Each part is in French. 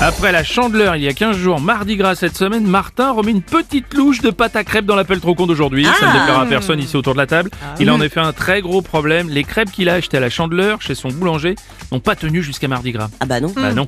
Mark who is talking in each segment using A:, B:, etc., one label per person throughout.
A: Après la chandeleur il y a 15 jours, mardi gras cette semaine, Martin remet une petite louche de pâte à crêpes dans l'appel trop con d'aujourd'hui. Ça ne
B: Ah.
A: déplaira à personne ici autour de la table. Il a en effet un très gros problème. Les crêpes qu'il a achetées à la chandeleur chez son boulanger n'ont pas tenu jusqu'à mardi gras.
B: Ah bah non.
A: Bah non.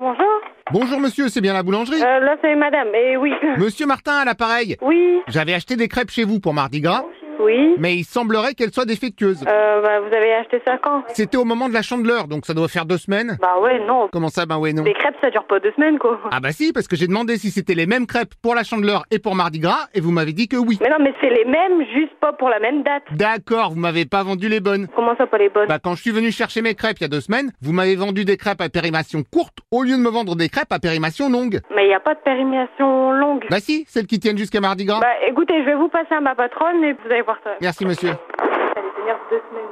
C: Bonjour.
D: Bonjour monsieur, c'est bien la boulangerie
C: Euh, là, c'est madame. Et oui.
D: Monsieur Martin à l'appareil.
C: Oui.
D: J'avais acheté des crêpes chez vous pour mardi gras,
C: Oui.
D: mais il semblerait qu'elles soient défectueuses.
C: Euh, bah, vous avez acheté ça quand
D: C'était au moment de la chandeleur, donc ça doit faire deux semaines.
C: Bah ouais, non.
D: Comment ça, ben ouais non
C: Les crêpes, ça dure pas deux semaines, quoi.
D: Ah bah si, parce que j'ai demandé si c'était les mêmes crêpes pour la chandeleur et pour mardi gras, et vous m'avez dit que oui.
C: Mais non, mais c'est les mêmes, juste pas pour la même date.
D: D'accord, vous m'avez pas vendu les bonnes.
C: Comment ça, pas les bonnes
D: Bah quand je suis venu chercher mes crêpes il y a deux semaines, vous m'avez vendu des crêpes à périmation courte au lieu de me vendre des crêpes à périmation longue.
C: Mais il y a pas de périmation longue.
D: Bah si, celles qui tiennent jusqu'à mardi gras.
C: Bah, écoutez, je vais vous passer à ma patronne et vous allez voir ça.
D: Merci monsieur.
C: Ça allait tenir deux semaines.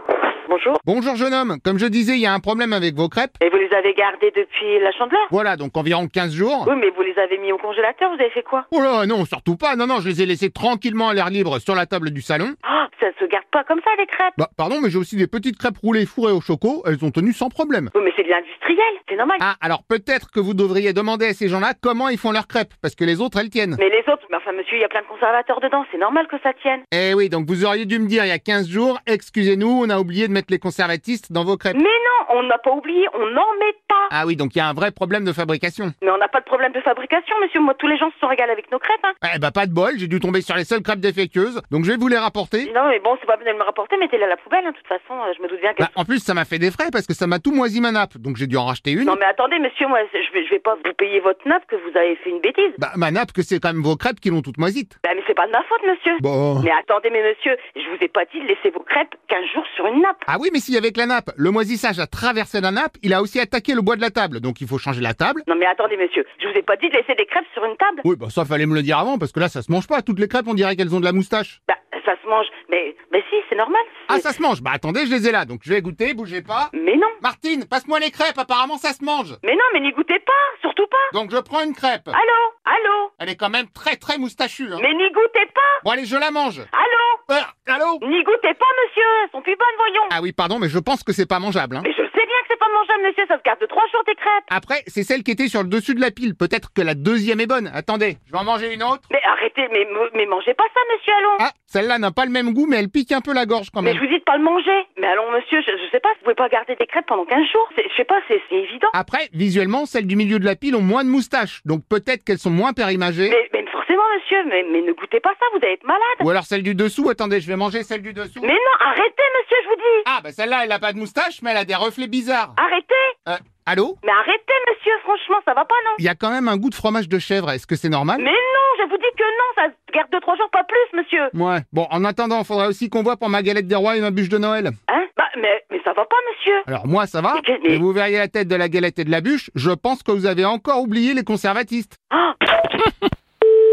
E: Bonjour.
D: Bonjour jeune homme, comme je disais, il y a un problème avec vos crêpes.
E: Et vous les avez gardés depuis la chandeleur
D: Voilà, donc environ 15 jours.
E: Oui, mais vous les avez mis au congélateur, vous avez fait quoi
D: Oh là non, surtout pas. Non non, je les ai laissés tranquillement à l'air libre sur la table du salon.
E: Ah, Ça se garde pas comme ça, les crêpes
D: Bah pardon, mais j'ai aussi des petites crêpes roulées fourrées au choco, elles ont tenu sans problème.
E: Oui, mais c'est de l'industriel, c'est normal.
D: Ah, alors peut-être que vous devriez demander à ces gens-là comment ils font leurs crêpes, parce que les autres, elles tiennent.
E: Mais les autres, mais enfin monsieur, il y a plein de conservateurs dedans, c'est normal que ça tienne.
D: Eh oui, donc vous auriez dû me dire il y a 15 jours, excusez-nous, on a oublié de mettre les conservatistes dans vos crêpes.
E: Mais non, on n'a pas oublié, on n'en met pas.
D: Ah oui, donc il y a un vrai problème de fabrication.
E: Mais on n'a pas de problème de fabrication, monsieur. Moi, tous les gens se sont régalés avec nos crêpes. Hein.
D: Eh bah pas de bol, j'ai dû tomber sur les seules crêpes défectueuses, donc je vais vous les rapporter.
E: Non, mais bon, c'est pas bien de me rapporter, mettez-les à la poubelle, hein, de toute façon, euh, je me doute bien que...
D: Bah en plus ça m'a fait des frais parce que ça m'a tout moisi ma nappe, donc j'ai dû en racheter une.
E: Non, mais attendez, monsieur, moi, je vais, je vais pas vous payer votre nappe que vous avez fait une bêtise.
D: Bah ma nappe que c'est quand même vos crêpes qui l'ont toute moisite.
E: Bah, mais c'est pas de ma faute, monsieur.
D: Bon.
E: Mais attendez, mais monsieur, je vous ai pas dit de laisser vos crêpes 15 jours sur une nappe.
D: Ah oui, mais si avec la nappe, le moisissage a traversé la nappe, il a aussi attaqué le bois de la table, donc il faut changer la table.
E: Non mais attendez monsieur, je vous ai pas dit de laisser des crêpes sur une table.
D: Oui, bah ça fallait me le dire avant parce que là ça se mange pas, toutes les crêpes on dirait qu'elles ont de la moustache.
E: Bah ça se mange, mais mais si c'est normal.
D: Ah
E: c'est-
D: ça se mange. Bah attendez, je les ai là, donc je vais goûter, bougez pas.
E: Mais non,
D: Martine, passe-moi les crêpes, apparemment ça se mange.
E: mais non, mais n'y goûtez pas, surtout pas.
D: Donc je prends une crêpe.
E: Allô, allô,
D: Elle est quand même très très moustachue. Hein.
E: mais n'y goûtez pas.
D: Bon allez, je la mange.
E: Allô,
D: Euh, allô
E: n'y goûtez pas monsieur, elles sont plus bonnes voyons.
D: Ah oui, pardon, mais je pense que c'est pas mangeable. Hein.
E: Mais je sais bien que c'est pas mangeable monsieur, ça se garde de trois jours tes crêpes.
D: Après, c'est celle qui était sur le dessus de la pile. Peut-être que la deuxième est bonne. Attendez, je vais en manger une autre.
E: Mais arrêtez, mais me- mais mangez pas ça monsieur, allons.
D: Ah, celle-là n'a pas le même goût, mais elle pique un peu la gorge quand
E: Mais
D: même.
E: je vous dis de pas le manger. Mais allons monsieur, je, je sais pas, vous pouvez pas garder des crêpes pendant 15 jours. C'est- Je sais pas, c'est c'est évident.
D: Après, visuellement, celles du milieu de la pile ont moins de moustaches, donc peut-être qu'elles sont moins périmagées.
E: Mais, mais forcément monsieur, mais, mais ne goûtez pas ça, vous allez être malade.
D: Ou alors celle du dessous, attendez, je vais manger celle du dessous.
E: Mais non, arrêtez, monsieur, je vous dis
D: Ah, bah celle-là, elle a pas de moustache, mais elle a des reflets bizarres.
E: Arrêtez
D: Euh, allô
E: Mais arrêtez, monsieur, franchement, ça va pas, non
D: Il y a quand même un goût de fromage de chèvre, est-ce que c'est normal
E: Mais non, je vous dis que non, ça se garde deux, trois jours, pas plus, monsieur
D: Ouais. Bon, en attendant, faudrait aussi qu'on voit pour ma galette des rois et ma bûche de Noël.
E: Hein Bah, mais, mais ça va pas, monsieur
D: Alors moi, ça va.
E: Mais quel-
D: Mais vous verriez la tête de la galette et de la bûche, je pense que vous avez encore oublié les conservatistes.